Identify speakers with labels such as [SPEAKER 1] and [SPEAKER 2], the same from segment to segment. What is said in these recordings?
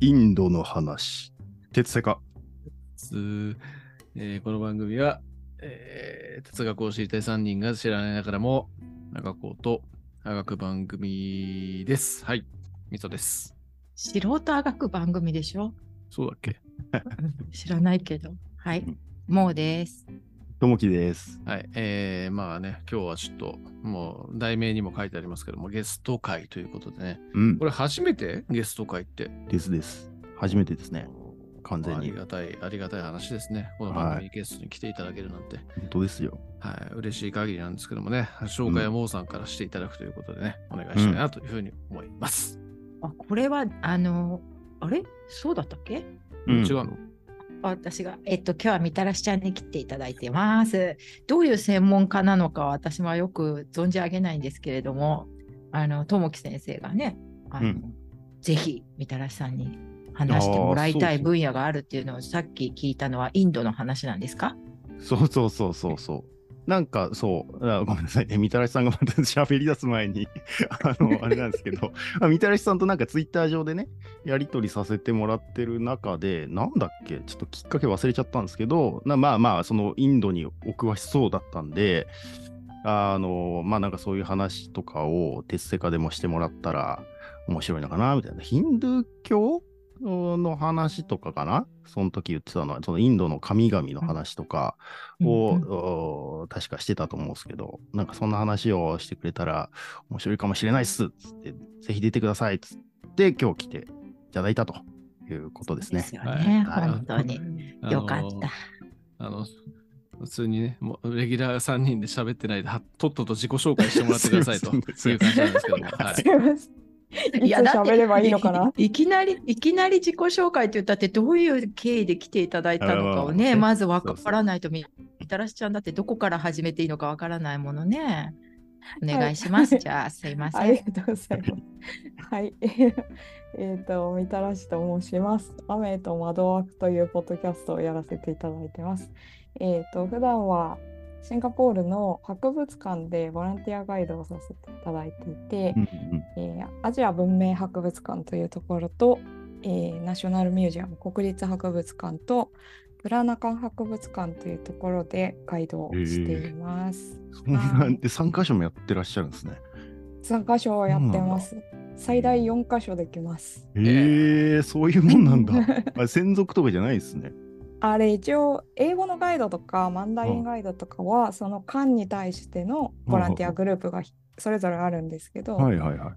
[SPEAKER 1] インドの話。鉄世か。
[SPEAKER 2] つえーこの番組は、えー哲学を知りたい3人が知らないながらも、長子と科学番組です。はい、みそです。
[SPEAKER 3] 素人あがく番組で しょ
[SPEAKER 2] そうだっけ
[SPEAKER 3] 知らないけど。はい
[SPEAKER 1] うん。
[SPEAKER 3] もうです。
[SPEAKER 1] ともきです。
[SPEAKER 2] はい、えー、まあね、今日はちょっと、もう題名にも書いてありますけども、ゲスト会ということでね、
[SPEAKER 1] うん
[SPEAKER 2] こ。れ初めてゲスト会って。
[SPEAKER 1] ですです。初めてですね。完全
[SPEAKER 2] あり
[SPEAKER 1] に。
[SPEAKER 2] がたい、ありがたい話ですね。この番組にゲストに来ていただけるなんて、
[SPEAKER 1] 本当ですよ。
[SPEAKER 2] はい、嬉しい限りなんですけどもね、紹介はモーさんからしていただくということでね、お願いしたいなというふうに思います。
[SPEAKER 3] あこれは、あの、あれそうだったっけ
[SPEAKER 1] うん
[SPEAKER 2] 違うの
[SPEAKER 3] あ私が、えっと、今日はみたらしちゃんに来ていただいてます。どういう専門家なのかは私はよく存じ上げないんですけれども、あの、ともき先生がね、あの
[SPEAKER 1] うん
[SPEAKER 3] ぜひみたらしさんに話してもらいた
[SPEAKER 1] あー
[SPEAKER 3] い
[SPEAKER 1] そうそう
[SPEAKER 3] 分野があるっていうのをさっき聞いたのはインドの話なんですか
[SPEAKER 1] そうそうそうそうそう。なんかそう、あごめんなさいね、みたらしさんがまた喋り出す前に、 あの、あれなんですけど、あみたらしさんとなんかツイッター上でね、やり取りさせてもらってる中で、なんだっけ、ちょっときっかけ忘れちゃったんですけど、なまあまあ、そのインドにお詳しそうだったんで、あの、まあなんかそういう話とかを、鉄セカでもしてもらったら面白いのかな、みたいな。ヒンドゥー教の話とかかなその時言ってたのは、そのインドの神々の話とか、を、
[SPEAKER 3] うんうん
[SPEAKER 1] おー確かしてたと思うんですけど、なんかそんな話をしてくれたら面白いかもしれないっすっつって、ぜひ出てくださいっつって、今日来ていただいたということですね
[SPEAKER 3] です。よね、
[SPEAKER 1] はい
[SPEAKER 3] 本当に。
[SPEAKER 2] あの
[SPEAKER 3] よかった。。
[SPEAKER 2] あの、普通にね、もうレギュラー3人で喋ってないで、はとっとと自己紹介してもらってくだ さいと
[SPEAKER 1] すいません
[SPEAKER 2] いう感じなんですけ ども。は
[SPEAKER 4] す
[SPEAKER 2] い
[SPEAKER 4] いませんいつ
[SPEAKER 3] だって
[SPEAKER 4] 喋ればいいのかない
[SPEAKER 3] きなり、いきなり自己紹介って言ったって、どういう経緯で来ていただいたのかを
[SPEAKER 1] あ
[SPEAKER 3] ね、
[SPEAKER 1] らまあ
[SPEAKER 3] まずわからないとみ、みたらしちゃんだってどこから始めていいのかわからないものね。お願いします。
[SPEAKER 4] はい
[SPEAKER 3] じゃあ、すいませ
[SPEAKER 4] あ
[SPEAKER 3] ん。
[SPEAKER 4] りがとうございます。はい。 えっと、みたらしと申します。雨と窓枠というポッドキャストをやらせていただいてます。えっ、と、普段はシンガポールの博物館でボランティアガイドをさせていただいていて、
[SPEAKER 1] うんうん
[SPEAKER 4] えーアジア文明博物館というところと、えーナショナルミュージアム国立博物館とプラナカン博物館というところでガイドをしています。
[SPEAKER 1] そんなんで3箇所もやってらっしゃるんですね。
[SPEAKER 4] 3箇所をやってます。最大4箇所できます。
[SPEAKER 1] え
[SPEAKER 2] ん
[SPEAKER 1] ー、そういうもんなんだ。あ専属とかじゃないですね。
[SPEAKER 4] あれ一応英語のガイドとかマンダリンガイドとかはその間に対してのボランティアグループがひそれぞれあるんですけど、
[SPEAKER 1] はいはいは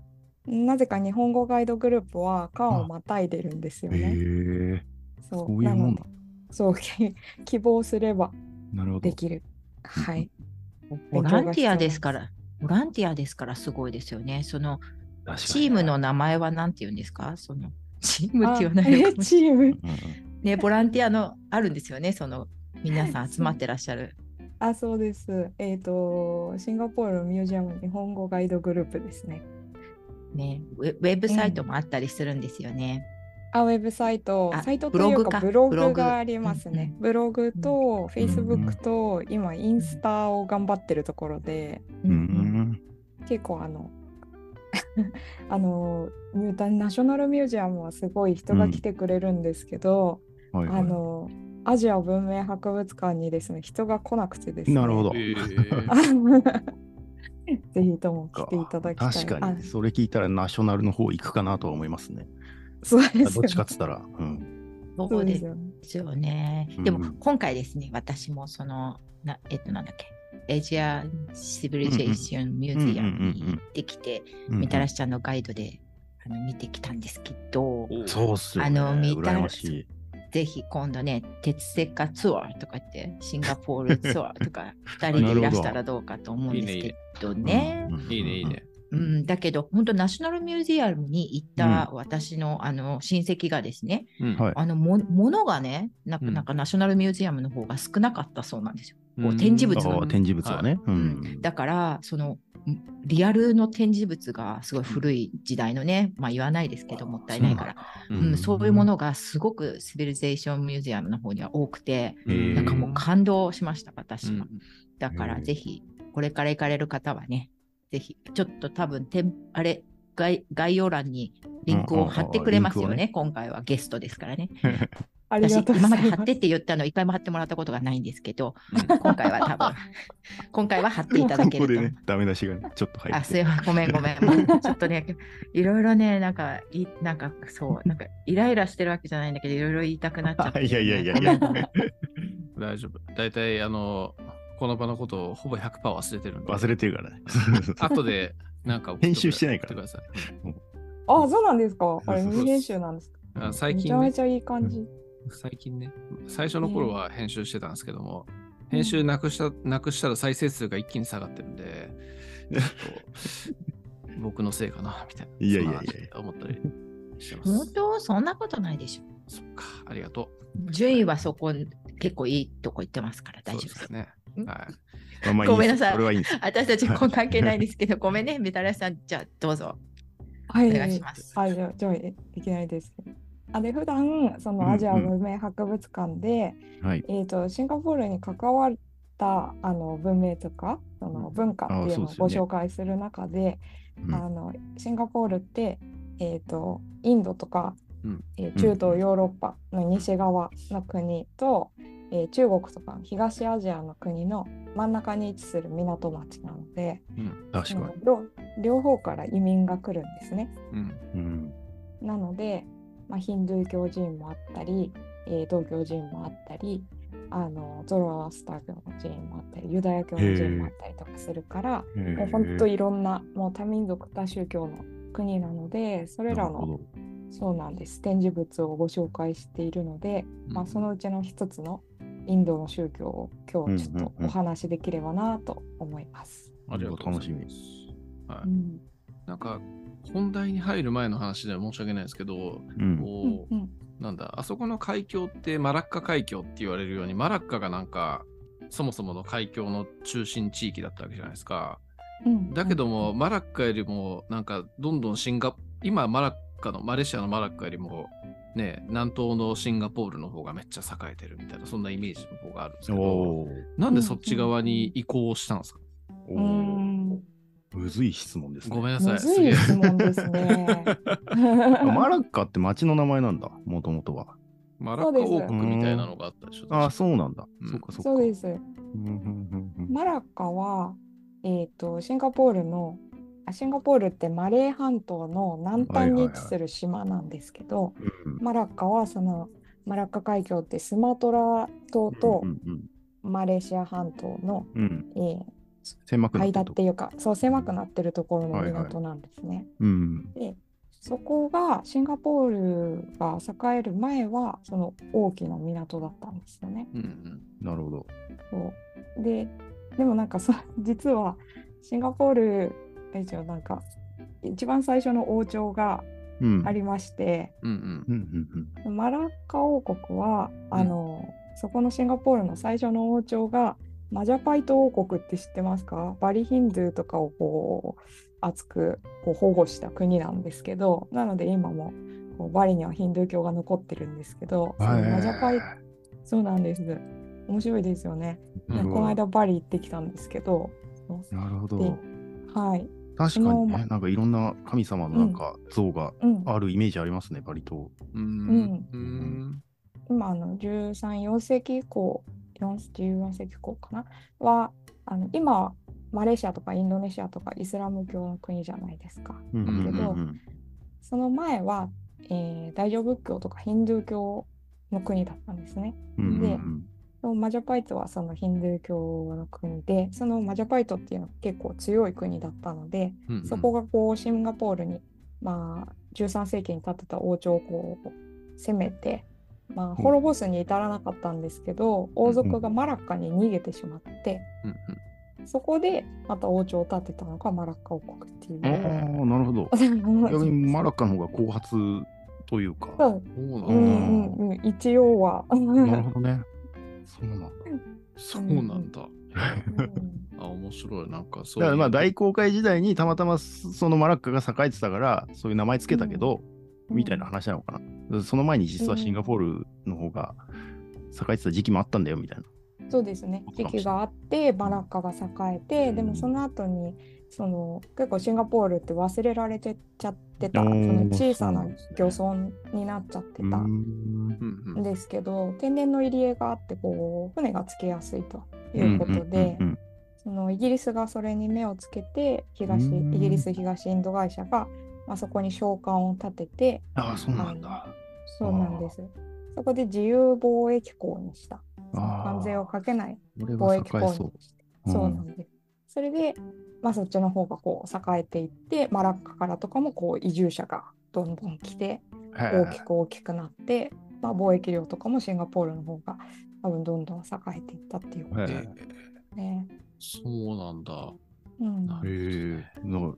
[SPEAKER 1] い。
[SPEAKER 4] なぜか日本語ガイドグループは間をまたいでるんですよ
[SPEAKER 1] え
[SPEAKER 4] ね。
[SPEAKER 1] ー、そ
[SPEAKER 4] そ
[SPEAKER 1] ういうもん
[SPEAKER 4] なの
[SPEAKER 1] だ
[SPEAKER 4] で。そう 希望すれば
[SPEAKER 1] なるほど
[SPEAKER 4] で。きる。はい。
[SPEAKER 3] ボランティアですから、ボランティアですからすごいですよね。そのチームの名前は何て言うんですかそのチームって言わないのか
[SPEAKER 4] え
[SPEAKER 3] もし
[SPEAKER 4] チーム
[SPEAKER 1] うんうん。
[SPEAKER 3] れないね、ボランティアのあるんですよね。その皆さん集まってらっしゃる。
[SPEAKER 4] あそうです。えっ、とシンガポールミュージアム日本語ガイドグループですね。
[SPEAKER 3] ね、ウェウェブサイトもあったりするんですよね。
[SPEAKER 4] あ、ウェブサイト
[SPEAKER 3] あ、
[SPEAKER 4] サイトというかブ
[SPEAKER 3] ブ
[SPEAKER 4] ロ
[SPEAKER 3] ロ
[SPEAKER 4] グ
[SPEAKER 3] グか
[SPEAKER 4] がありますね。ブログとフェイスブックと今インスタを頑張ってるところで、
[SPEAKER 1] うんうん
[SPEAKER 4] 結構あの あのニュータナショナルミュージアムはすごい人が来てくれるんですけど、
[SPEAKER 1] はいはい
[SPEAKER 4] あのアジア文明博物館にですね人が来なくてですね。
[SPEAKER 1] なるほど。
[SPEAKER 2] えー
[SPEAKER 4] ぜひとも来ていただきたい。
[SPEAKER 1] 確か
[SPEAKER 4] あ
[SPEAKER 1] に、それ聞いたらナショナルの方行くかなとは思いますね。
[SPEAKER 4] そうで
[SPEAKER 1] あ
[SPEAKER 4] すよね
[SPEAKER 1] どっちかっつったら。うん。
[SPEAKER 3] ど
[SPEAKER 4] そ
[SPEAKER 3] こ
[SPEAKER 4] う
[SPEAKER 3] で
[SPEAKER 4] です
[SPEAKER 3] す
[SPEAKER 4] よね。
[SPEAKER 3] ですよね。
[SPEAKER 1] うん
[SPEAKER 3] でも今回ですね、私もその、なえっとなんだっけ、エジア・シビリゼーション・ミュージアムに行ってきて、みたら
[SPEAKER 1] し
[SPEAKER 3] しちゃんのガイドであの見てきたんですけど、
[SPEAKER 1] そうっすよ、ね。
[SPEAKER 3] あのみたら
[SPEAKER 1] 羨ましい。
[SPEAKER 3] ぜひ今度ね、鉄製化ツアーとか言って、シンガポールツアーとか、2人でいらしたらどうかと思うんですけどね。
[SPEAKER 1] うんうんうん
[SPEAKER 2] いいね、いいね。
[SPEAKER 3] うん、だけど、本当、ナショナルミュージアムに行った私の,、あの親戚がですね、
[SPEAKER 2] うん
[SPEAKER 1] はい
[SPEAKER 3] あのも物がね、なんか
[SPEAKER 2] うん
[SPEAKER 3] なんかナショナルミュージアムの方が少なかったそうなんですよ。こ
[SPEAKER 2] う
[SPEAKER 3] うん展示
[SPEAKER 1] あ
[SPEAKER 3] 物
[SPEAKER 1] あ
[SPEAKER 3] が。
[SPEAKER 1] 展示物はね。うん。
[SPEAKER 3] だから、そのんリアルの展示物がすごい古い時代のね、まあ言わないですけど、もったいないから、
[SPEAKER 2] う
[SPEAKER 3] うん
[SPEAKER 2] ん
[SPEAKER 3] そういうものがすごくシビリゼーションミュージアムの方には多く
[SPEAKER 1] へ
[SPEAKER 3] て、
[SPEAKER 1] ー
[SPEAKER 3] なんかもう感動しました、私は。だか
[SPEAKER 1] へ
[SPEAKER 3] ら
[SPEAKER 1] ー
[SPEAKER 3] ぜひ、これから行かれる方はね、ぜひ、ちょっと多分てん、あれ、概概要欄にリンクを貼ってくれますよ
[SPEAKER 1] うんうんうん
[SPEAKER 3] ね、今回はゲストですからね。
[SPEAKER 4] あり
[SPEAKER 3] 私、
[SPEAKER 4] がとうござ
[SPEAKER 3] 今
[SPEAKER 4] い
[SPEAKER 3] まで
[SPEAKER 4] ます。
[SPEAKER 3] 貼ってって言ったの、一回も貼ってもらったことがないんですけど、今回は多分、今回は貼っていただ
[SPEAKER 1] こ
[SPEAKER 3] ける
[SPEAKER 1] ことで
[SPEAKER 3] 思う。
[SPEAKER 1] ね、ダメ出しがね、ちょっと入
[SPEAKER 3] あ、
[SPEAKER 1] って
[SPEAKER 3] すいません、ごめん、ごめん。もうちょっとね、いろいろね、なんか、いなんか、そう、なんか、イライラしてるわけじゃないんだけど、いろいろ言いたくなっちゃって。
[SPEAKER 1] いやいやいやい
[SPEAKER 3] な
[SPEAKER 1] や
[SPEAKER 3] んかね
[SPEAKER 2] 大丈夫。大体、あの、この場のことをほぼ100%忘れてるんで。
[SPEAKER 1] 忘れてるからね。
[SPEAKER 2] 後で、なんか送 っ
[SPEAKER 1] 編集してないから
[SPEAKER 2] 送ってください
[SPEAKER 4] あ、そうなんですか。
[SPEAKER 1] そう
[SPEAKER 4] あれ、
[SPEAKER 1] そう
[SPEAKER 2] そう
[SPEAKER 4] 未編集なんですか。
[SPEAKER 2] あ最
[SPEAKER 4] めち
[SPEAKER 2] 近
[SPEAKER 4] ゃ
[SPEAKER 2] ね、
[SPEAKER 4] めちゃいい感じ。
[SPEAKER 2] 最近ね、最初の頃は編集してたんですけども、編集なくした、なくしたら再生数が一気に下がってるんで、ちょっと僕のせいかな、みたいな。
[SPEAKER 1] いやいやいや
[SPEAKER 2] そんな話思ったりしてます。
[SPEAKER 3] 本当、そんなことないでしょ。
[SPEAKER 2] そっか、ありがと
[SPEAKER 3] 順位はそこ、結構いいとこ行ってますから、
[SPEAKER 2] う。
[SPEAKER 3] 大
[SPEAKER 2] そ
[SPEAKER 3] 丈夫
[SPEAKER 2] う
[SPEAKER 3] です
[SPEAKER 2] です。ね。はい。
[SPEAKER 1] まあまあ
[SPEAKER 3] ごめんなさ
[SPEAKER 1] です
[SPEAKER 3] い
[SPEAKER 1] それはいいんです
[SPEAKER 3] 私たちこう関係ないですけど、ごめんね、メタラシさん、じゃあどうぞ
[SPEAKER 4] は
[SPEAKER 3] お
[SPEAKER 4] い。
[SPEAKER 3] 願いします。
[SPEAKER 4] はい、じゃあ、じゃあいきなりです。あで普段そ
[SPEAKER 1] うんうん
[SPEAKER 4] のアジア文明博物館で、
[SPEAKER 1] はい。
[SPEAKER 4] えー、とシンガポールに関わったあの文明とかその文化っていうのを
[SPEAKER 1] あそ
[SPEAKER 4] ご
[SPEAKER 1] うですよね
[SPEAKER 4] 紹介する中で
[SPEAKER 1] うん
[SPEAKER 4] あのシンガポールって、えー、とインドとか、
[SPEAKER 2] うん
[SPEAKER 4] えー中東ヨーロッパの西側の国と、えー中国とか東アジアの国の真ん中に位置する港町なので
[SPEAKER 1] 確か
[SPEAKER 4] あの両両方から移民が来るんですね。
[SPEAKER 2] うん。
[SPEAKER 1] に。うん
[SPEAKER 4] なので、まあ、ヒンドゥー教寺院もあったり、えー、道教寺院もあったりあのゾロアスター教の寺院もあったりユダヤ教の寺院もあったりとかするからもう本当
[SPEAKER 1] へえ
[SPEAKER 4] いろんなもう多民族多宗教の国なのでそれ
[SPEAKER 1] な
[SPEAKER 4] ら
[SPEAKER 1] るほ
[SPEAKER 4] の
[SPEAKER 1] ど
[SPEAKER 4] そうなんです展示物をご紹介しているので、まあ、そのうちの一つのインドの宗教を今日ちょっ
[SPEAKER 1] うん
[SPEAKER 4] と
[SPEAKER 1] うんうん
[SPEAKER 4] お話しできればなと思います。
[SPEAKER 2] ありがとうございま
[SPEAKER 1] 楽
[SPEAKER 2] す
[SPEAKER 1] し。
[SPEAKER 2] は
[SPEAKER 4] う
[SPEAKER 2] い。
[SPEAKER 4] ん
[SPEAKER 2] なんか、本題に入る前の話では申し訳ないですけど、
[SPEAKER 1] うん
[SPEAKER 2] こう
[SPEAKER 4] うんうん
[SPEAKER 2] なんだ、あそこの海峡ってマラッカ海峡って言われるように、マラッカがなんか、そもそもの海峡の中心地域だったわけじゃないですか。
[SPEAKER 4] うん
[SPEAKER 2] だけども、マラッカよりも、なんか、どんどんシンガ、今、マラッカの、マレーシアのマラッカよりも、ね、南東のシンガポールの方がめっちゃ栄えてるみたいな、そんなイメージの方があるんですけど、
[SPEAKER 1] おー
[SPEAKER 2] なんでそっち側に移行したんですか、
[SPEAKER 1] お
[SPEAKER 4] う
[SPEAKER 1] ー。
[SPEAKER 4] ん
[SPEAKER 1] むずい質問ですね。
[SPEAKER 2] ごめんなさ
[SPEAKER 4] む
[SPEAKER 2] い。
[SPEAKER 4] ず
[SPEAKER 2] すげえ
[SPEAKER 4] い質問ですね。
[SPEAKER 1] あマラッカって町の名前なんだ、もともとは。
[SPEAKER 2] マラッカ王国みたいなのがあったでしょ。
[SPEAKER 1] ああ、
[SPEAKER 2] う。
[SPEAKER 1] そうなんだ。
[SPEAKER 2] うん
[SPEAKER 1] そっかそっか。
[SPEAKER 4] そうです。
[SPEAKER 1] うんうんうんうん
[SPEAKER 4] マラッカは、えっとシンガポールのあシンガポールってマレー半島の南端に位置する島なんですけど、
[SPEAKER 1] うん
[SPEAKER 4] マラッカはそのマラッカ海峡ってスマトラ島と
[SPEAKER 1] うんうん
[SPEAKER 4] マレーシア半島の、
[SPEAKER 1] うんうん、
[SPEAKER 4] えー
[SPEAKER 1] 狭くな
[SPEAKER 4] 間
[SPEAKER 1] っ
[SPEAKER 4] って
[SPEAKER 1] る
[SPEAKER 4] ていうかそう狭くなってるところの
[SPEAKER 1] はいはい
[SPEAKER 4] 港なんですね。
[SPEAKER 1] うん。
[SPEAKER 4] そこがシンガポールが栄える前はその大きな港だったんですよね。
[SPEAKER 2] うん
[SPEAKER 1] なるほど。
[SPEAKER 4] そうででもなんかそ 実はシンガポール一応なんか一番最初の王朝が
[SPEAKER 1] うん。
[SPEAKER 4] ありまして、
[SPEAKER 2] うん。うん
[SPEAKER 1] うんうん
[SPEAKER 4] マラッカ王国はあの、そこのシンガポールの最初の王朝がマジャパイト王国って知ってますかバリヒンドゥーとかをこう厚くこう保護した国なんですけどなので今もこうバリにはヒンドゥー教が残ってるんですけど、
[SPEAKER 1] うん。
[SPEAKER 4] その
[SPEAKER 1] へー
[SPEAKER 4] マジャパイそうなんです面白いですよね。
[SPEAKER 2] うん
[SPEAKER 1] なる
[SPEAKER 4] ね
[SPEAKER 1] ほ
[SPEAKER 4] こ
[SPEAKER 1] ど
[SPEAKER 4] の間バリ行ってきたんですけど、
[SPEAKER 1] なるほ
[SPEAKER 4] で
[SPEAKER 1] ど。
[SPEAKER 4] はい、
[SPEAKER 1] 確かに
[SPEAKER 4] そ
[SPEAKER 1] ね、
[SPEAKER 4] の
[SPEAKER 1] なんかいろんな神様のなんか像が
[SPEAKER 4] うん、
[SPEAKER 1] あるイメージありますね、バリ島。
[SPEAKER 2] うん。うん。
[SPEAKER 4] 今あの13、4世紀以降、4 14世紀以降かなはあの今、マレーシアとかインドネシアとかイスラム教の国じゃないですか。
[SPEAKER 1] うんうんうん
[SPEAKER 4] その前は、えー大乗仏教とかヒンドゥー教の国だったんですね。
[SPEAKER 1] うんうん
[SPEAKER 4] ででもマジャパイトはそのヒンドゥー教の国で、そのマジャパイトっていうのは結構強い国だったので、
[SPEAKER 2] うん
[SPEAKER 4] そこがこうシンガポールに、まあ、13世紀に建てた王朝をこう攻めて、まあ、滅ぼすに至らなかったんですけど、王族がマラッカに逃げてしまって、
[SPEAKER 2] うんうん
[SPEAKER 4] そこでまた王朝を建てたのがマラッカ王国っていう。
[SPEAKER 1] ああ、なるほど。逆にマラッカの方が後発というか。
[SPEAKER 4] そう
[SPEAKER 2] そうな
[SPEAKER 4] うん
[SPEAKER 2] だ。
[SPEAKER 4] んうんうん、一応は。
[SPEAKER 1] なるほどね。そうなんだ。
[SPEAKER 2] そうなんだ。
[SPEAKER 4] うん
[SPEAKER 2] あ、面白い。なんかそう
[SPEAKER 1] だか
[SPEAKER 2] いう。
[SPEAKER 1] らまあ大航海時代にたまたまそのマラッカが栄えてたからそういう名前つけたけど、みたいな話なのかなその前に実はシンガポールの方が栄えてた時期もあったんだよみたいな
[SPEAKER 4] そうですね
[SPEAKER 1] ことか
[SPEAKER 4] 時
[SPEAKER 1] もしれない
[SPEAKER 4] 期があってマラッカが栄えて、でもその後にその結構シンガポールって忘れられてちゃってた
[SPEAKER 1] お
[SPEAKER 4] そ
[SPEAKER 1] ー
[SPEAKER 4] の小さな
[SPEAKER 1] そうなんですね
[SPEAKER 4] 漁村になっちゃってたん
[SPEAKER 1] ん。
[SPEAKER 2] うんうん
[SPEAKER 4] ですけど、天然の入り江があってこう船がつけやすいということで、
[SPEAKER 1] うんうん
[SPEAKER 4] そのイギリスがそれに目をつけて東
[SPEAKER 1] うん
[SPEAKER 4] イギリス東インド会社が、まあ、そこに商館を建てて
[SPEAKER 1] ああ、そうなんだ。
[SPEAKER 4] そうなんですそこで自由貿易港にしたその
[SPEAKER 1] あー
[SPEAKER 4] 関税をかけない
[SPEAKER 1] これ
[SPEAKER 4] 貿
[SPEAKER 1] は栄
[SPEAKER 4] 易港に
[SPEAKER 1] え
[SPEAKER 4] し
[SPEAKER 1] そ
[SPEAKER 4] て
[SPEAKER 1] う。
[SPEAKER 4] そうなんです。それで、まあ、そっちの方がこう栄えていって、マラッカからとかもこう移住者がどんどん来て、
[SPEAKER 1] へえ
[SPEAKER 4] 大きく大きくなって、まあ、貿易量とかもシンガポールの方が多分どんどん栄えていったっていうこと
[SPEAKER 1] へ
[SPEAKER 2] え
[SPEAKER 1] え
[SPEAKER 2] ー
[SPEAKER 4] ですね。
[SPEAKER 2] そうなんだ。
[SPEAKER 4] うん、
[SPEAKER 2] な
[SPEAKER 1] え
[SPEAKER 2] る
[SPEAKER 1] えなんか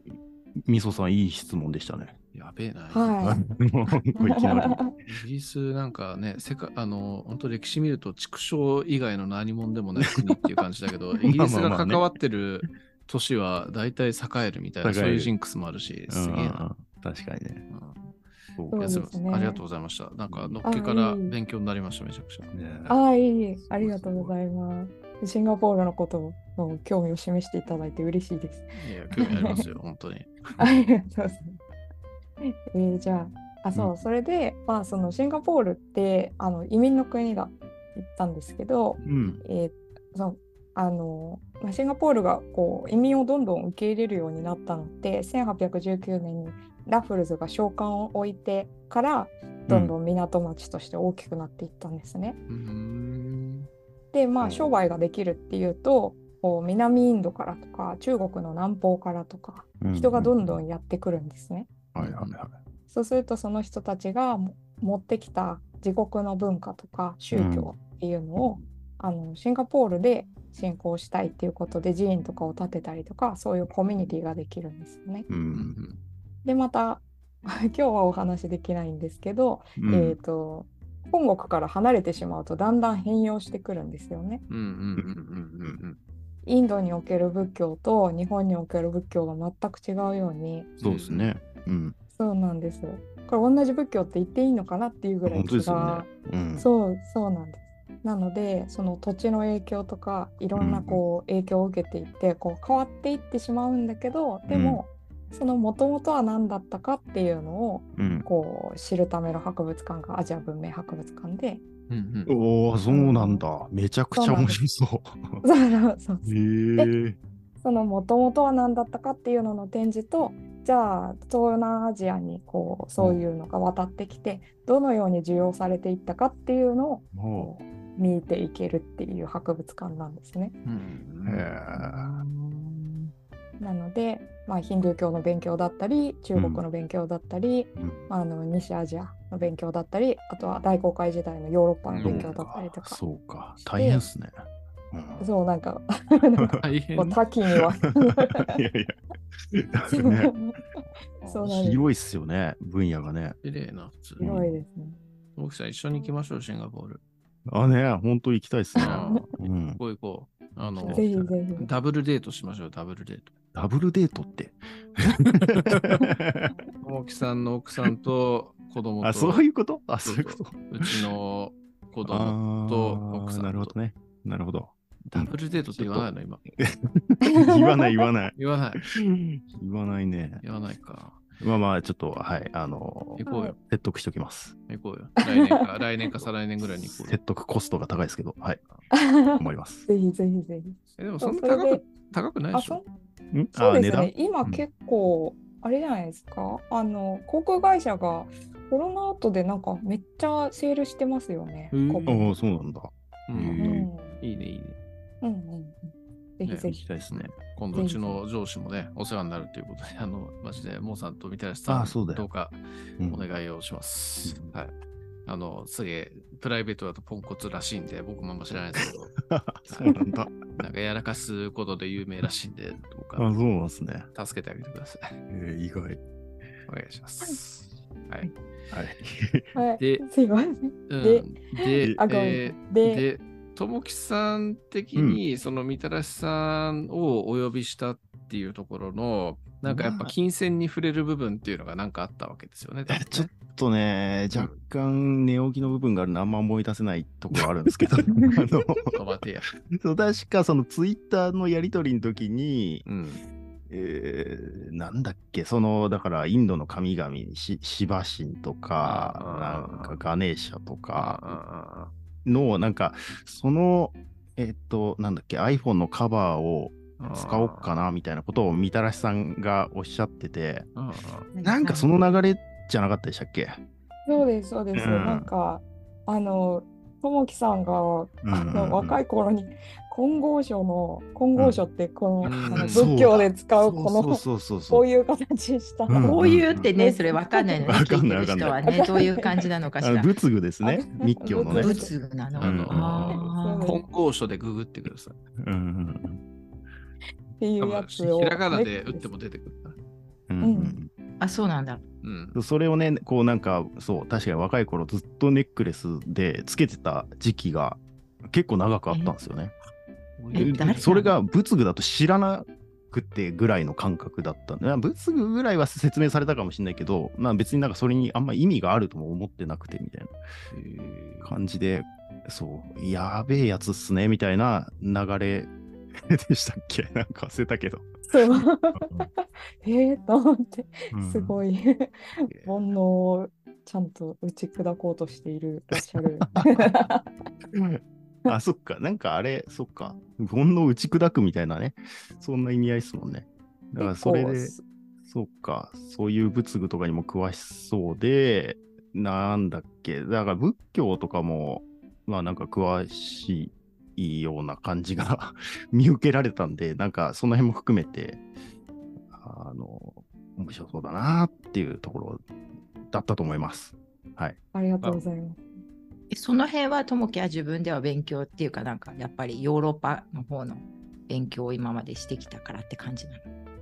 [SPEAKER 1] みそさん、いい質問でしたね。
[SPEAKER 2] やべえな。
[SPEAKER 4] は
[SPEAKER 1] もういきなり。
[SPEAKER 4] い。
[SPEAKER 2] イギリスなんかね、世界あの本当歴史見ると畜生以外の何者でもない国っていう感じだけど、イギリスが関わってる都市は大体栄えるみたいな、
[SPEAKER 1] 栄える
[SPEAKER 2] そういうジンクスもあるし、すげえな。
[SPEAKER 1] うん確かにね。
[SPEAKER 2] うん
[SPEAKER 1] そう
[SPEAKER 4] そう
[SPEAKER 2] い
[SPEAKER 4] で
[SPEAKER 2] や
[SPEAKER 4] す
[SPEAKER 2] すみ
[SPEAKER 4] ね
[SPEAKER 2] ませんありがとうございました。なんか、のっけか
[SPEAKER 4] あ
[SPEAKER 2] ら
[SPEAKER 4] いい
[SPEAKER 2] 勉強になりました、めちゃくちゃ。
[SPEAKER 1] ね
[SPEAKER 4] ああ、いえいえありがとうございます。シンガポールのことの興味を示していただいて嬉しいです。
[SPEAKER 2] いや、興味ありますよ、本当に。
[SPEAKER 4] ありがとうございます。えーじゃあ、あ、そう、
[SPEAKER 1] うん
[SPEAKER 4] それで、まあ、そのシンガポールって、あの移民の国だって言ったんですけど、
[SPEAKER 1] うん。
[SPEAKER 4] えーそのあのまあ、シンガポールがこう移民をどんどん受け入れるようになったのって1819年にラフルズが召喚を置いてからどんどん港町として大きくなっていったんですね。
[SPEAKER 2] うーん。
[SPEAKER 4] で
[SPEAKER 1] う
[SPEAKER 4] ま
[SPEAKER 1] ん
[SPEAKER 4] あ商売ができるっていうとこう南インドからとか中国の南方からとか人がどんど
[SPEAKER 1] うん
[SPEAKER 4] やってくるんですね。
[SPEAKER 1] ん。はいはいはい。
[SPEAKER 4] そうするとその人たちがも持ってきた自国の文化とか宗教っていうのを、あのシンガポールで信仰したいっていうことで寺院とかを建てたりとかそういうコミュニティができるんですよね。
[SPEAKER 1] う。
[SPEAKER 2] うんん
[SPEAKER 4] でまた 今日はお話できないんですけど、
[SPEAKER 1] うん
[SPEAKER 4] えー、と本国から離れてしまうとだんだん変容してくるんですよね。
[SPEAKER 2] うんうんうんうんうん
[SPEAKER 4] インドにおける仏教と日本における仏教が全く違うように
[SPEAKER 1] そうですね。うん。
[SPEAKER 4] そうなんです。これ同じ仏教って言っていいのかなっていうぐらい
[SPEAKER 1] 本当
[SPEAKER 4] 違
[SPEAKER 1] ですよ
[SPEAKER 4] う
[SPEAKER 1] ね。うん。
[SPEAKER 4] そうそうなんです。なのでその土地の影響とかいろんなこう影響を受けていってこう変わっていってしまうんだけどでも、そのもともとは何だったかっていうのを
[SPEAKER 1] うん。
[SPEAKER 4] こう知るための博物館がアジア文明博物館で
[SPEAKER 2] うんうんうん。
[SPEAKER 1] おお、そうなんだ。めちゃくちゃ面白そう。
[SPEAKER 4] そうそうそう
[SPEAKER 1] へえ。
[SPEAKER 4] そのもともとは何だったかっていうのの展示とじゃあ東南アジアにこうそういうのが渡ってきて、どのように需要されていったかっていうのを
[SPEAKER 1] も
[SPEAKER 4] こう見ていけるっていう博物館なんですね。
[SPEAKER 2] うん
[SPEAKER 1] う。へえ。
[SPEAKER 4] なので、まあ、ヒンドゥー教の勉強だったり中国の勉強だったり、
[SPEAKER 1] うん
[SPEAKER 4] あの西アジアの勉強だったりあとは大航海時代のヨーロッパの勉強だったりとか、
[SPEAKER 1] そうか。大変ですね。うん
[SPEAKER 4] そうなんか
[SPEAKER 2] 大
[SPEAKER 4] も
[SPEAKER 2] 変
[SPEAKER 4] う
[SPEAKER 2] だ。
[SPEAKER 4] 多岐には
[SPEAKER 1] いやいや。ね
[SPEAKER 4] そうなんです
[SPEAKER 1] 広いっすよね、分野がね。
[SPEAKER 2] 綺麗な、普通に。
[SPEAKER 4] 広いですね。
[SPEAKER 2] 僕さん、一緒に行きましょう、シンガポール。
[SPEAKER 1] あね、本当行きたいっす ね。
[SPEAKER 2] あー
[SPEAKER 1] うん
[SPEAKER 2] 行、こう行こう。あの、
[SPEAKER 4] ぜひぜ
[SPEAKER 2] ダブルデートしましょう、ダブルデート。
[SPEAKER 1] ダブルデートって。
[SPEAKER 2] 大木さんの奥さんと子供と、
[SPEAKER 1] あ、そういうことあ、そういうこと。
[SPEAKER 2] うちの子
[SPEAKER 1] あ
[SPEAKER 2] 供。と
[SPEAKER 1] ー
[SPEAKER 2] 奥さんと
[SPEAKER 1] なるほどね。なるほど。
[SPEAKER 2] ダブルデートって言わないの、今。
[SPEAKER 4] ひ。
[SPEAKER 1] 言わない言わない。
[SPEAKER 2] 言わない。
[SPEAKER 1] 言わないね。
[SPEAKER 2] 言わないか。
[SPEAKER 1] まあまあ、ちょっと、はい、あの
[SPEAKER 2] 行こうよ。
[SPEAKER 1] 説得しときます。
[SPEAKER 2] 行こうよ。来年か、来年か再来年ぐらいに行こうよ
[SPEAKER 1] 説。得コストが高いですけど、はい、頑張り ます。
[SPEAKER 4] ぜひぜひぜひ。
[SPEAKER 2] えでもそ
[SPEAKER 4] そうん
[SPEAKER 2] な
[SPEAKER 4] それ
[SPEAKER 2] 高
[SPEAKER 4] で
[SPEAKER 2] く、高くない
[SPEAKER 4] あ
[SPEAKER 2] でし
[SPEAKER 4] そ
[SPEAKER 2] ょ
[SPEAKER 1] ん
[SPEAKER 4] そう
[SPEAKER 1] ー
[SPEAKER 4] ですね。
[SPEAKER 1] う
[SPEAKER 4] 今
[SPEAKER 1] ん
[SPEAKER 4] 結構、あれじゃないですかあの航空会社がコロナ後でなんかめっちゃセールしてますよね。
[SPEAKER 2] うん
[SPEAKER 4] ここ
[SPEAKER 1] ああ、そうなんだ。
[SPEAKER 2] う。
[SPEAKER 4] うん
[SPEAKER 1] ん
[SPEAKER 4] ん
[SPEAKER 2] いいね、いいね。
[SPEAKER 4] うんうんうん。ぜひぜ
[SPEAKER 1] 行
[SPEAKER 4] ひ。
[SPEAKER 1] きたいですね。
[SPEAKER 2] 今度、うちの上司もね、お世話になるということで、あの、マジで、モーさんとみたらしさ、
[SPEAKER 1] あそうんだよ
[SPEAKER 2] どうか
[SPEAKER 1] うん
[SPEAKER 2] お願いをします。
[SPEAKER 1] うん
[SPEAKER 2] はい。あの、すげえ、プライベートだとポンコツらしいんで、僕もあんま知らないですけど、
[SPEAKER 1] そうなん だ。
[SPEAKER 2] なんかやらかすことで有名らしいんで、どう
[SPEAKER 1] あそう
[SPEAKER 2] か
[SPEAKER 1] なんですね。
[SPEAKER 2] 助けてあげてください。
[SPEAKER 1] えー意外。
[SPEAKER 2] お願いします。はい。
[SPEAKER 1] はい。
[SPEAKER 4] はい
[SPEAKER 2] です
[SPEAKER 4] いません。
[SPEAKER 2] うん
[SPEAKER 4] で
[SPEAKER 2] で、
[SPEAKER 4] あごめん
[SPEAKER 2] えー
[SPEAKER 4] で
[SPEAKER 2] で、ともきさん的に、そのみたらしさんをお呼びしたっていうところの、なんかやっぱ
[SPEAKER 1] まあ
[SPEAKER 2] 金銭に触れる部分っていうのがなんかあったわけですよね。多分ね
[SPEAKER 1] ちょっとね、若干寝起きの部分があるのあんま思い出せないところあるんですけ ど、あの
[SPEAKER 2] 言葉でや。
[SPEAKER 1] そう確かそのツイッターのやり取りの時に、
[SPEAKER 2] うん。
[SPEAKER 1] えーなんだっけ、その、だから、インドの神々、しシバ神とか、
[SPEAKER 2] あー
[SPEAKER 1] なんかガネーシャとか
[SPEAKER 2] あ
[SPEAKER 1] の、なんか、その、えっと、なんだっけ、iPhone のカバーを
[SPEAKER 2] あ
[SPEAKER 1] 使おうかな、みたいなことをみたらしさんがおっしゃってて、
[SPEAKER 2] ああ
[SPEAKER 1] なんかその流れじゃなかったでしたっけ
[SPEAKER 4] そうです、そうです。
[SPEAKER 1] うん
[SPEAKER 4] なんか、あの、ともきさんが、あ
[SPEAKER 1] うんうんうん
[SPEAKER 4] の若い頃に、金剛書の、金剛書って、
[SPEAKER 2] う
[SPEAKER 4] この、
[SPEAKER 2] ん
[SPEAKER 4] あの
[SPEAKER 2] そう
[SPEAKER 1] だ
[SPEAKER 4] 仏教で使う、この、
[SPEAKER 1] そうそうそうそ
[SPEAKER 4] こ
[SPEAKER 1] う
[SPEAKER 4] ういう形した。
[SPEAKER 1] うん
[SPEAKER 3] こういうって
[SPEAKER 4] うんう
[SPEAKER 3] ね、
[SPEAKER 4] ん
[SPEAKER 3] それわかんないのね、
[SPEAKER 1] わ
[SPEAKER 3] 聞
[SPEAKER 1] かん
[SPEAKER 3] いて
[SPEAKER 1] ない
[SPEAKER 3] る人は
[SPEAKER 4] わかんな
[SPEAKER 3] ね
[SPEAKER 4] い、
[SPEAKER 3] どういう感じなのかし
[SPEAKER 1] あの
[SPEAKER 3] ら。
[SPEAKER 1] 仏具ですね、
[SPEAKER 4] あ
[SPEAKER 1] 密教のね。
[SPEAKER 4] 仏
[SPEAKER 3] 仏具なの。
[SPEAKER 2] あの
[SPEAKER 3] あー
[SPEAKER 2] 金剛書でググってください。
[SPEAKER 1] うんうん
[SPEAKER 4] ってい
[SPEAKER 2] 多
[SPEAKER 4] うや
[SPEAKER 2] 分
[SPEAKER 4] つを。
[SPEAKER 2] ひらがなで打っても出てくるから。
[SPEAKER 1] うん
[SPEAKER 3] あ、そうなんだ。
[SPEAKER 2] うん
[SPEAKER 1] う。んそれをね、こうなんか、そう、確かに若い頃ずっとネックレスでつけてた時期が結構長くあったんですよね。
[SPEAKER 3] え
[SPEAKER 1] で
[SPEAKER 3] 誰なの
[SPEAKER 1] それが仏具だと知らなくてぐらいの感覚だったんでまあ仏具ぐらいは説明されたかもしれないけど、まあ別になんかそれにあんま意味があるとも思ってなくてみたい
[SPEAKER 2] えー
[SPEAKER 1] な感じで、そう、やべえやつっすねみたいな流れでしたっけ なんか忘れたけど。
[SPEAKER 4] そう。えーと思って、 す
[SPEAKER 1] い。
[SPEAKER 4] ごい、煩悩をちゃんと打ち砕こうとしているらっしゃる。
[SPEAKER 1] あ、そっか。なんかあれ、そっか。煩悩打ち砕くみたいなね。そんな意味合いですもんね。だからそれで、
[SPEAKER 4] 結
[SPEAKER 1] そっか。そういう仏具とかにも詳しそうで、なんだっけ。だから仏教とかも、まあなんか詳しいような感じが 見受けられたんで、なんかその辺も含めて、あの、面白そうだなっていうところだったと思います。はい。
[SPEAKER 4] ありがとうございます。
[SPEAKER 3] えその辺はともきは自分では勉強っていうかなんかやっぱりヨーロッパの方の勉強を今までしてきたからって感じなの。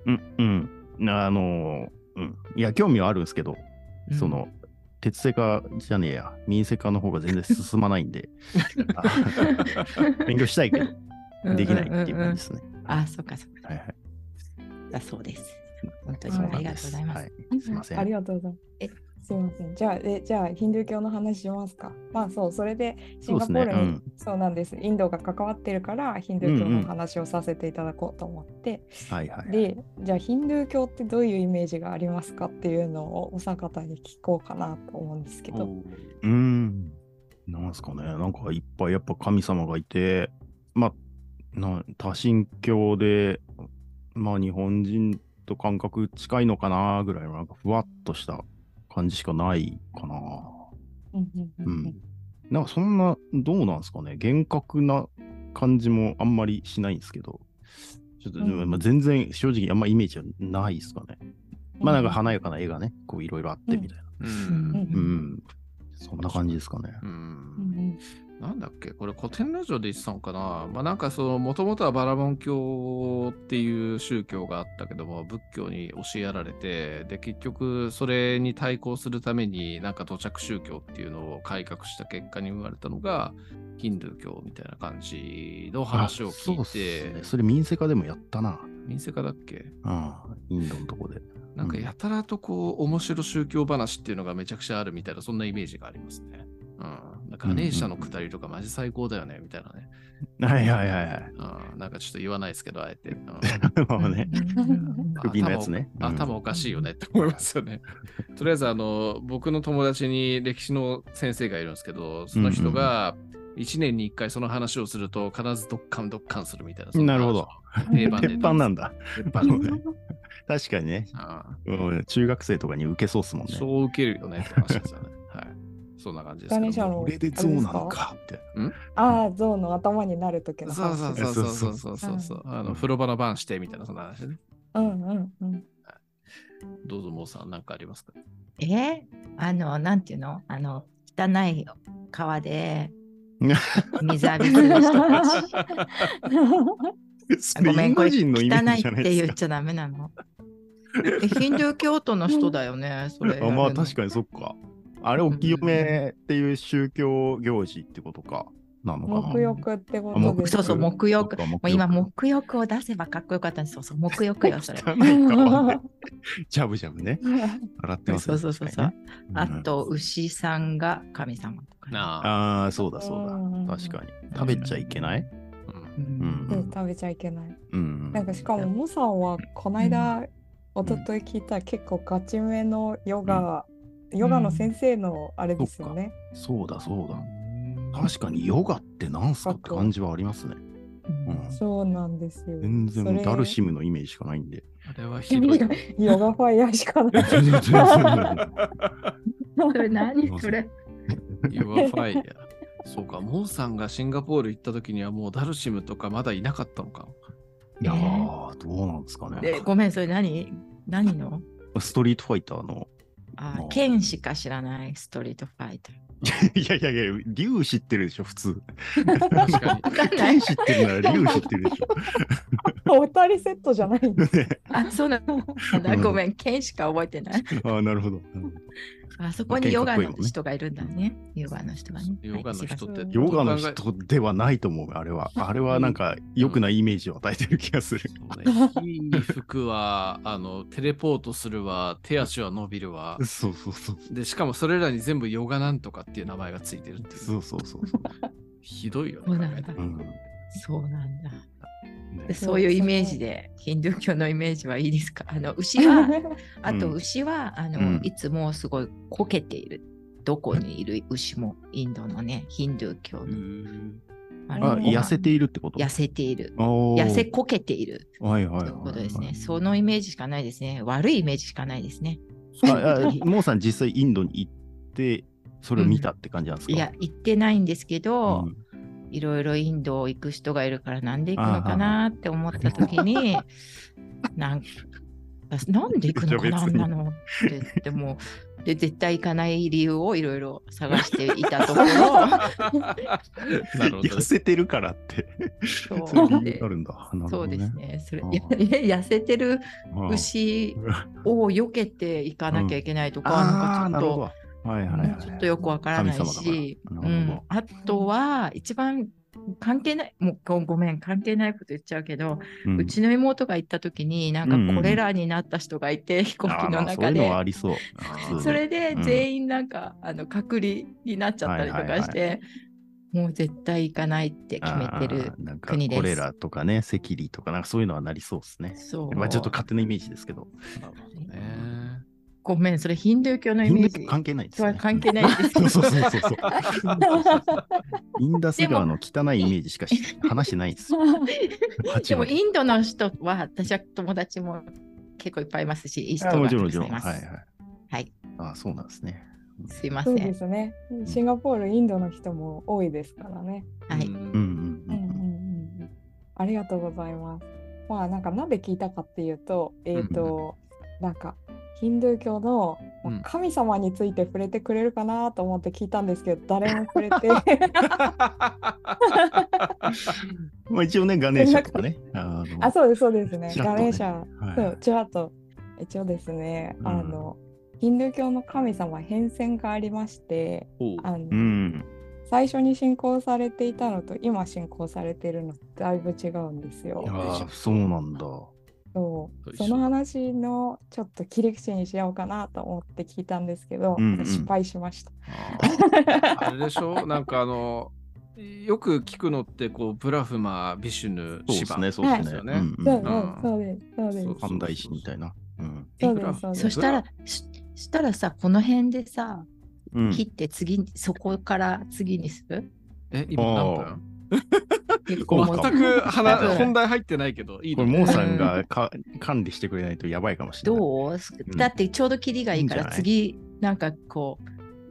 [SPEAKER 1] うん、うん、あのー、うん、いや、興味はあるんですけど、
[SPEAKER 3] うん
[SPEAKER 1] その、鉄セカじゃねえや、民セカの方が全然進まないん で、あ勉強したいけど、できないっていう感じですね。
[SPEAKER 3] うんうんうんあ、そっかそっか。
[SPEAKER 1] はいはい。
[SPEAKER 3] だそうです。本当
[SPEAKER 4] い
[SPEAKER 3] に
[SPEAKER 1] そう
[SPEAKER 3] あ
[SPEAKER 1] なん
[SPEAKER 3] りが
[SPEAKER 1] で
[SPEAKER 3] とうございます。
[SPEAKER 1] はいすいません。
[SPEAKER 4] ありがとうございます。すいません。じゃあ、えじゃあ、ヒンドゥー教の話しますか。まあ、そう、それで、シ
[SPEAKER 1] そ
[SPEAKER 4] ン
[SPEAKER 1] うで
[SPEAKER 4] ガ
[SPEAKER 1] す
[SPEAKER 4] ポ
[SPEAKER 1] ね。
[SPEAKER 4] ー
[SPEAKER 1] う
[SPEAKER 4] ルに、
[SPEAKER 1] ん。
[SPEAKER 4] そうなんです。インドが関わってるから、ヒンドゥー教
[SPEAKER 1] うんうん
[SPEAKER 4] の話をさせていただこうと思って、
[SPEAKER 1] はいはい。
[SPEAKER 4] で、じゃあ、ヒンドゥー教ってどういうイメージがありますかっていうのをお三方に聞こうかなと思うんですけど、
[SPEAKER 2] おー
[SPEAKER 1] うーん。なんすかね。なんかいっぱいやっぱ神様がいて、まあ、な多神教で、まあ日本人と感覚近いのかなぐらいの、なんかふわっとした感じしかないかな。
[SPEAKER 4] うんうんうんうん
[SPEAKER 1] なんかそんな、どうなんですかね。厳格な感じもあんまりしないんですけど、ちょっと、
[SPEAKER 4] うん
[SPEAKER 1] まあ、全然正直あんまイメージはないですかね。まあなんか華やかな絵がね、こういろいろあってみたいな。
[SPEAKER 2] う。
[SPEAKER 3] うん
[SPEAKER 1] うん。
[SPEAKER 4] ん
[SPEAKER 1] そんな感じですかね。
[SPEAKER 2] う。
[SPEAKER 4] うんん
[SPEAKER 2] なんだっけこれ古典ラジオで言ってたのかなまあなんかそのもともとはバラモン教っていう宗教があったけども仏教に教えられてで結局それに対抗するためになんか土着宗教っていうのを改革した結果に生まれたのがヒンドゥー教みたいな感じの話を聞
[SPEAKER 1] あそう
[SPEAKER 2] い
[SPEAKER 1] っす
[SPEAKER 2] て、
[SPEAKER 1] ね、それ民生化でもやったな。
[SPEAKER 2] 民生化だっけ
[SPEAKER 1] うん、インドのとこで。
[SPEAKER 2] なんかやたらとこう、面白宗教話っていうのがめちゃくちゃあるみたいな、そんなイメージがありますね。うん。なんか、ネーシャのくだりとかマジ最高だよね、みたいなね。
[SPEAKER 1] はいはいはいはい。
[SPEAKER 2] うん。なんかちょっと言わないですけど、あえて。うん
[SPEAKER 1] まあね、 首のやつね。うん
[SPEAKER 2] 頭おかしいよねって思いますよね。とりあえず、あの、僕の友達に歴史の先生がいるんですけど、その人が1年に1回その話をすると、必ずドッカンドッカンするみたいな。そん
[SPEAKER 1] なるほど。
[SPEAKER 2] 定番で
[SPEAKER 1] 鉄 板なんだ。
[SPEAKER 2] 鉄板
[SPEAKER 1] う
[SPEAKER 2] の
[SPEAKER 1] ん
[SPEAKER 2] ね。
[SPEAKER 1] 確かにね、
[SPEAKER 2] うん
[SPEAKER 1] うん中学生とかに受けそうっすもん ね。
[SPEAKER 2] そう受けるよねって話ですよね。はい。そんな感じですけど
[SPEAKER 4] ガネシャの
[SPEAKER 1] これで象なのかみたいな。
[SPEAKER 4] ああ、象の頭になる時の
[SPEAKER 2] そう
[SPEAKER 4] 話。
[SPEAKER 2] そうそうそうそうそうそう。あの風呂場の番してみたいなそんな話ね。
[SPEAKER 4] うんうん うん。
[SPEAKER 2] どうぞもうさんなんかありますか。
[SPEAKER 3] えーあの、なんていうのあの、汚い川で水浴びする 人たち。あ ごめん、これ汚いって言っちゃダメなの。えヒンドゥー教徒の人だよ ね、それやる
[SPEAKER 1] あ
[SPEAKER 3] の。
[SPEAKER 1] まあ確かにそっか。あれ、お清めっていう宗教行事ってことか。なのか
[SPEAKER 4] 沐
[SPEAKER 1] な。
[SPEAKER 4] 浴ってこ
[SPEAKER 1] あ
[SPEAKER 4] と
[SPEAKER 1] 沐
[SPEAKER 4] で
[SPEAKER 1] 浴
[SPEAKER 4] す
[SPEAKER 3] そうそう、
[SPEAKER 4] ね
[SPEAKER 3] 沐浴。も
[SPEAKER 1] そっか
[SPEAKER 3] う今、
[SPEAKER 1] 沐
[SPEAKER 3] 沐浴を出せばかっこよかったんです。そうそう、沐浴よ、それ。
[SPEAKER 1] 汚い川ねジャブジャブね。洗ってます
[SPEAKER 3] そ
[SPEAKER 1] ね
[SPEAKER 3] うそうそうそう。あと、牛さんが神様とかね、
[SPEAKER 2] なあ。
[SPEAKER 1] ああ、そうだそうだ。
[SPEAKER 4] うん
[SPEAKER 1] 確かに。食べちゃいけない、
[SPEAKER 2] うん
[SPEAKER 1] うん
[SPEAKER 4] で食べちゃいけない。
[SPEAKER 1] うん
[SPEAKER 4] なんかしかもモさんはこの間、一昨日聞いた結構ガチめのヨガ、ヨガの先生のあれですよね。
[SPEAKER 1] そうだそうだ。確かにヨガってなんすかって感じはありますね。うん
[SPEAKER 4] そうなんですよ。
[SPEAKER 1] 全然もう
[SPEAKER 4] それ
[SPEAKER 1] ダルシムのイメージしかない んで。
[SPEAKER 2] あれはひどい。
[SPEAKER 4] ヨガファイヤーしかない。
[SPEAKER 1] 全 然全然。
[SPEAKER 3] それ何それ。
[SPEAKER 2] You are fire. そうか、モーさんがシンガポール行った時にはもうダルシムとかまだいなかったのか。
[SPEAKER 1] いやー、どうなんですか
[SPEAKER 3] で
[SPEAKER 1] ね。
[SPEAKER 3] ごめん、それ何何の
[SPEAKER 1] ストリートファイターの。
[SPEAKER 3] あ
[SPEAKER 1] もう
[SPEAKER 3] 剣しか知らないストリートファイター。
[SPEAKER 1] いやいやいや、竜知ってるでしょ、普 通。
[SPEAKER 2] 確かに。
[SPEAKER 3] わかんない
[SPEAKER 1] 剣。知ってる なら竜知ってるでしょ。
[SPEAKER 4] お二人セットじゃないんです。
[SPEAKER 3] あ、そうなんだ。ごめん、剣しか覚えてない。
[SPEAKER 1] ああ、なるほど。
[SPEAKER 3] あそこにヨガの人がいるんだね。ヨガの人がね。
[SPEAKER 2] ヨガの人って。
[SPEAKER 1] ヨガの人ではないと思う、あれ は。あれはなんか良くないイメージを与えてる気がする。
[SPEAKER 2] そうね、火に吹くは、あの、テレポートするは、手足は伸びるは。
[SPEAKER 1] そうそうそう。
[SPEAKER 2] で、しかもそれらに全部ヨガなんとかっていう名前がついてるっていう。
[SPEAKER 1] そうそうそうそう。
[SPEAKER 2] ひどいよ
[SPEAKER 3] そうな
[SPEAKER 2] ね。
[SPEAKER 3] んだ
[SPEAKER 1] う。ん
[SPEAKER 3] そうなんだ。
[SPEAKER 1] ね
[SPEAKER 3] でそういうイメージで、ヒンドゥー教のイメージはいいですかあの牛 は、あと牛は、あの、
[SPEAKER 1] うん
[SPEAKER 3] いつもすごいこけている。どこにいる牛も、インドのね、ヒンドゥー教
[SPEAKER 2] う
[SPEAKER 3] の。
[SPEAKER 2] ん
[SPEAKER 3] あれ
[SPEAKER 1] あ、
[SPEAKER 3] ご飯
[SPEAKER 1] 痩せているってこと
[SPEAKER 3] 痩せている。
[SPEAKER 1] 痩
[SPEAKER 3] 痩せこけている
[SPEAKER 1] はいはいは
[SPEAKER 3] と
[SPEAKER 1] いい。
[SPEAKER 3] うことですね。そのイメージしかないですね。悪いイメージしかないですね。
[SPEAKER 1] ああモーさん、実際インドに行って、それを見たって感じなんですか、
[SPEAKER 3] いや、行ってないんですけど、
[SPEAKER 1] うん
[SPEAKER 3] いろいろインド行く人がいるからなんで行くのかなって思った時 に、なんなんで行くのか
[SPEAKER 1] いや
[SPEAKER 3] なあ
[SPEAKER 1] 別
[SPEAKER 3] ん
[SPEAKER 1] に
[SPEAKER 3] なのって言ってもうで絶対行かない理由をいろいろ探してい たところ
[SPEAKER 2] な るほど
[SPEAKER 1] 痩。せてるからって。
[SPEAKER 3] そ う
[SPEAKER 1] そういう理由があるんだ。なるほ
[SPEAKER 3] そ
[SPEAKER 1] ど
[SPEAKER 3] う
[SPEAKER 1] ね
[SPEAKER 3] です。ねそれ
[SPEAKER 1] うん
[SPEAKER 3] いや痩せてる
[SPEAKER 1] うん
[SPEAKER 3] 牛を避けて行かなきゃいけないとか、
[SPEAKER 1] ああ、
[SPEAKER 3] なん
[SPEAKER 1] な
[SPEAKER 3] か
[SPEAKER 1] る
[SPEAKER 3] ちょ
[SPEAKER 1] ほ
[SPEAKER 3] っと
[SPEAKER 1] ど。はいはいはい。
[SPEAKER 3] ちょっとよくわからないし、
[SPEAKER 1] 神様だから
[SPEAKER 3] う
[SPEAKER 1] なる
[SPEAKER 3] ん
[SPEAKER 1] ほ、
[SPEAKER 3] あとは一番関係ないもうごごめん関係ないこと言っちゃうけど、
[SPEAKER 1] う
[SPEAKER 3] うんちの妹が行った時になん
[SPEAKER 1] うんうんう
[SPEAKER 3] か
[SPEAKER 1] ん
[SPEAKER 3] これらになった人がいて、飛行機
[SPEAKER 1] あーま
[SPEAKER 3] の
[SPEAKER 1] あそうい
[SPEAKER 3] 中
[SPEAKER 1] う
[SPEAKER 3] で
[SPEAKER 1] のはありそう。普通
[SPEAKER 3] そ
[SPEAKER 1] で
[SPEAKER 3] れで
[SPEAKER 1] うん
[SPEAKER 3] 全員なんか、あの隔離になっちゃったりとかして、もう絶対行かないって決めてる
[SPEAKER 1] あ。ーなんか
[SPEAKER 3] 国です
[SPEAKER 1] これらとかね、セキリとか、なんかそういうのはなりそうですね。
[SPEAKER 3] そう
[SPEAKER 1] まあちょっと勝手なイメージですけど、
[SPEAKER 2] ね
[SPEAKER 3] ごめんそれヒンドゥー教のイ
[SPEAKER 1] イン
[SPEAKER 3] メ
[SPEAKER 1] ド
[SPEAKER 3] ー
[SPEAKER 1] と
[SPEAKER 3] ジ
[SPEAKER 1] 関係ないです
[SPEAKER 3] それ
[SPEAKER 1] ね。
[SPEAKER 3] は関係ないです
[SPEAKER 1] うん そうそうそうそうそう。インダス川の汚いイメージしかし話してないんですよ。
[SPEAKER 3] でも
[SPEAKER 1] 8割
[SPEAKER 3] インドの人は私は友達も結構いっぱいいますし、いい人
[SPEAKER 1] あも
[SPEAKER 3] が
[SPEAKER 1] ち
[SPEAKER 3] た
[SPEAKER 1] ろんも
[SPEAKER 3] く
[SPEAKER 1] ち
[SPEAKER 3] さ
[SPEAKER 1] ろ
[SPEAKER 3] ん
[SPEAKER 1] ん。
[SPEAKER 3] いま
[SPEAKER 1] はい
[SPEAKER 3] す。
[SPEAKER 1] はい。
[SPEAKER 3] はい。
[SPEAKER 1] あそうなんですね。
[SPEAKER 3] すいませ
[SPEAKER 4] そ
[SPEAKER 3] ん。
[SPEAKER 4] うですね。シンガポール、インドの人も多いですからね。
[SPEAKER 2] う
[SPEAKER 3] はい
[SPEAKER 1] う
[SPEAKER 2] ん
[SPEAKER 1] んう
[SPEAKER 4] うん
[SPEAKER 1] ん
[SPEAKER 4] うんうんうんありがとうございます。まあなんかなんで聞いたかっていうと、えっ、と、なんかヒンドゥー教のまあ
[SPEAKER 2] うん
[SPEAKER 4] 神様について触れてくれるかなと思って聞いたんですけど、誰も触れて
[SPEAKER 1] うん。まあ一応ね、ガネーシャとかね。あの
[SPEAKER 4] あ、そうですそうですね。
[SPEAKER 1] ちら
[SPEAKER 4] ガ
[SPEAKER 1] っとね
[SPEAKER 4] ネーシャ、
[SPEAKER 1] はい
[SPEAKER 4] そうちらっと一応ですね、
[SPEAKER 1] うん
[SPEAKER 4] あのヒンドゥー教の神様変遷がありまして、
[SPEAKER 2] ほう
[SPEAKER 4] あの、
[SPEAKER 1] うん。
[SPEAKER 4] 最初に信仰されていたのと今信仰されているのだいぶ違うんですよ。
[SPEAKER 1] ああ、そうなんだ。
[SPEAKER 4] そう
[SPEAKER 2] そう
[SPEAKER 4] その話のちょっと切り口にしようかなと思って聞いたんですけど、
[SPEAKER 1] うんうん
[SPEAKER 4] 失敗しました。
[SPEAKER 2] あれでしょなんかあの、よく聞くのって、こう、ブラフマ、ビシュヌ、
[SPEAKER 1] そう
[SPEAKER 2] シ
[SPEAKER 1] で
[SPEAKER 2] バ
[SPEAKER 1] すね、そうですね。
[SPEAKER 2] は
[SPEAKER 1] う
[SPEAKER 2] い
[SPEAKER 1] んうん
[SPEAKER 4] そう
[SPEAKER 1] うん
[SPEAKER 2] ん
[SPEAKER 4] そうですそうですそうです。
[SPEAKER 1] 三大師みたいな。うん
[SPEAKER 4] そうですそうです
[SPEAKER 3] そしたら、ししたらさ、この辺でさ、
[SPEAKER 1] うん
[SPEAKER 3] 切って次に、そこから次にす る
[SPEAKER 2] え、今何分
[SPEAKER 3] 結
[SPEAKER 1] あ
[SPEAKER 3] 構
[SPEAKER 1] ー
[SPEAKER 3] もう
[SPEAKER 1] 多
[SPEAKER 2] 全く
[SPEAKER 1] 分
[SPEAKER 2] 話本題入ってないけど、いい
[SPEAKER 1] こ
[SPEAKER 2] の
[SPEAKER 1] れ、モーさんがか管理してくれないとやばいかもしれない。
[SPEAKER 3] どうだってちょうど切りがい
[SPEAKER 1] いい
[SPEAKER 3] いか
[SPEAKER 1] んじゃ
[SPEAKER 3] ら、
[SPEAKER 1] ない
[SPEAKER 3] 次、なんかこ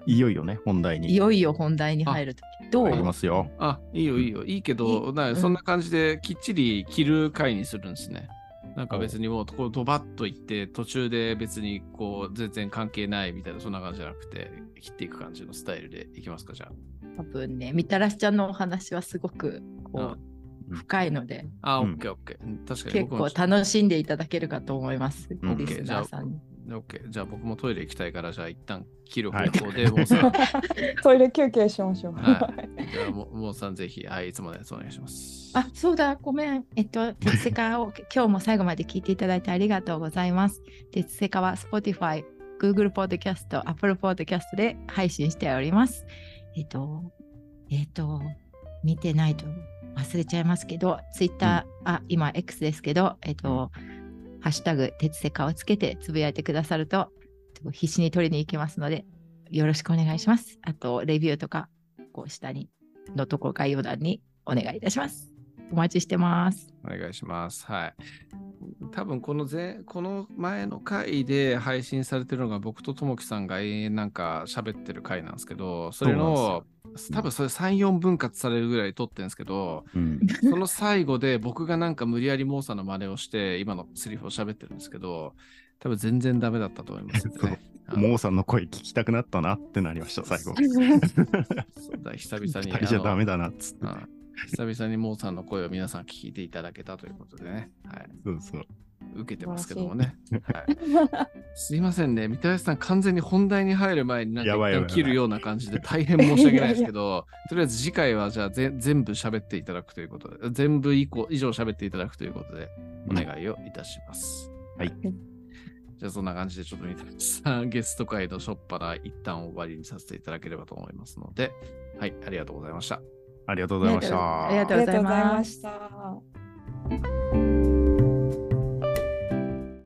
[SPEAKER 1] いよいよね、本題
[SPEAKER 3] う、
[SPEAKER 1] に。
[SPEAKER 3] いよいよ本題に入るとき。ど
[SPEAKER 1] 入り
[SPEAKER 3] う
[SPEAKER 1] ますよ。
[SPEAKER 2] あ、いいよいいよ。いいけ
[SPEAKER 3] い
[SPEAKER 2] ど、
[SPEAKER 3] い
[SPEAKER 2] な
[SPEAKER 3] うん
[SPEAKER 2] そんな感じできっちり切る回にするんですね。なんか別にもう、こうドバッといって、途中で別にこう、全然関係ないみたいな、そんな感じじゃなくて、切っていく感じのスタイルでいきますか、じゃ
[SPEAKER 3] 多分ね、みたらしちゃんのお話はすごくこ
[SPEAKER 1] うん
[SPEAKER 3] う深いので、
[SPEAKER 2] あ。あ、
[SPEAKER 1] う
[SPEAKER 2] オ
[SPEAKER 1] ん
[SPEAKER 2] ッケーオッケー。うん確かに
[SPEAKER 3] 結
[SPEAKER 2] 僕も
[SPEAKER 3] 構楽しんでいただけるかと思います、
[SPEAKER 1] うん
[SPEAKER 3] リスナーさんに。
[SPEAKER 2] オッケー。じゃあ僕もトイレ行きたいから、じゃあ一旦切る方
[SPEAKER 1] はい
[SPEAKER 2] 向で、もうさん、は
[SPEAKER 4] トイレ休憩しましょう。
[SPEAKER 2] い。じゃあもう、もうさんぜひ、はい、いつものやつお願いします。
[SPEAKER 3] あ、そうだ、ごめん。えっと、鉄セカを 今日も最後まで聞いていただいてありがとうございます。鉄セカは Spotify、Google Podcast、Apple Podcast で配信しております。えっと、えっと、見てないと忘れちゃいますけど、ツイッター、あ、今 X ですけど、えっと、ハッシュタグ、鉄セカをつけてつぶやいてくださると、えっと必死に取りに行きますので、よろしくお願いします。あと、レビューとか、こう、下に、のとこ概要欄にお願いいたします。お待ちしてます。
[SPEAKER 2] お願いします。はい。多分この前、この前の回で配信されてるのが僕とともきさんが永遠なんか喋ってる回なんですけど、それの、多分それ3、4分割されるぐらい撮ってるんです けど、
[SPEAKER 1] うん。
[SPEAKER 2] その最後で僕がなんか無理やりモーさんの真似をして、今のセリフを喋ってるんですけど、多分全然ダメだったと思いますんでね。あの
[SPEAKER 1] モーさんの声聞きたくなったなってなりました、最後。
[SPEAKER 2] そうだ久々に。
[SPEAKER 1] 二人じゃダメだなっつって
[SPEAKER 2] あ。のうん久々にモーさんの声を皆さん聞いていただけたということでね。はい。
[SPEAKER 1] そうそう。
[SPEAKER 2] 受けてますけどもね。はい、すいません ね、三田さん、完全に本題に入る前になんか
[SPEAKER 1] やばいやばい
[SPEAKER 2] 一旦切るような感じで大変申し訳ないですけど、 とりあえず次回はじゃあぜ全部喋っていただくということで、全部以降以上喋っていただくということで、お願いをいたします。
[SPEAKER 1] はい
[SPEAKER 2] じゃあそんな感じでちょっと三田さん、ゲスト会のしょっぱな一旦終わりにさせていただければと思いますので、はい、ありがとうございました。
[SPEAKER 1] ありがとうございました。
[SPEAKER 3] ありがとうございます
[SPEAKER 4] ありがとうございました。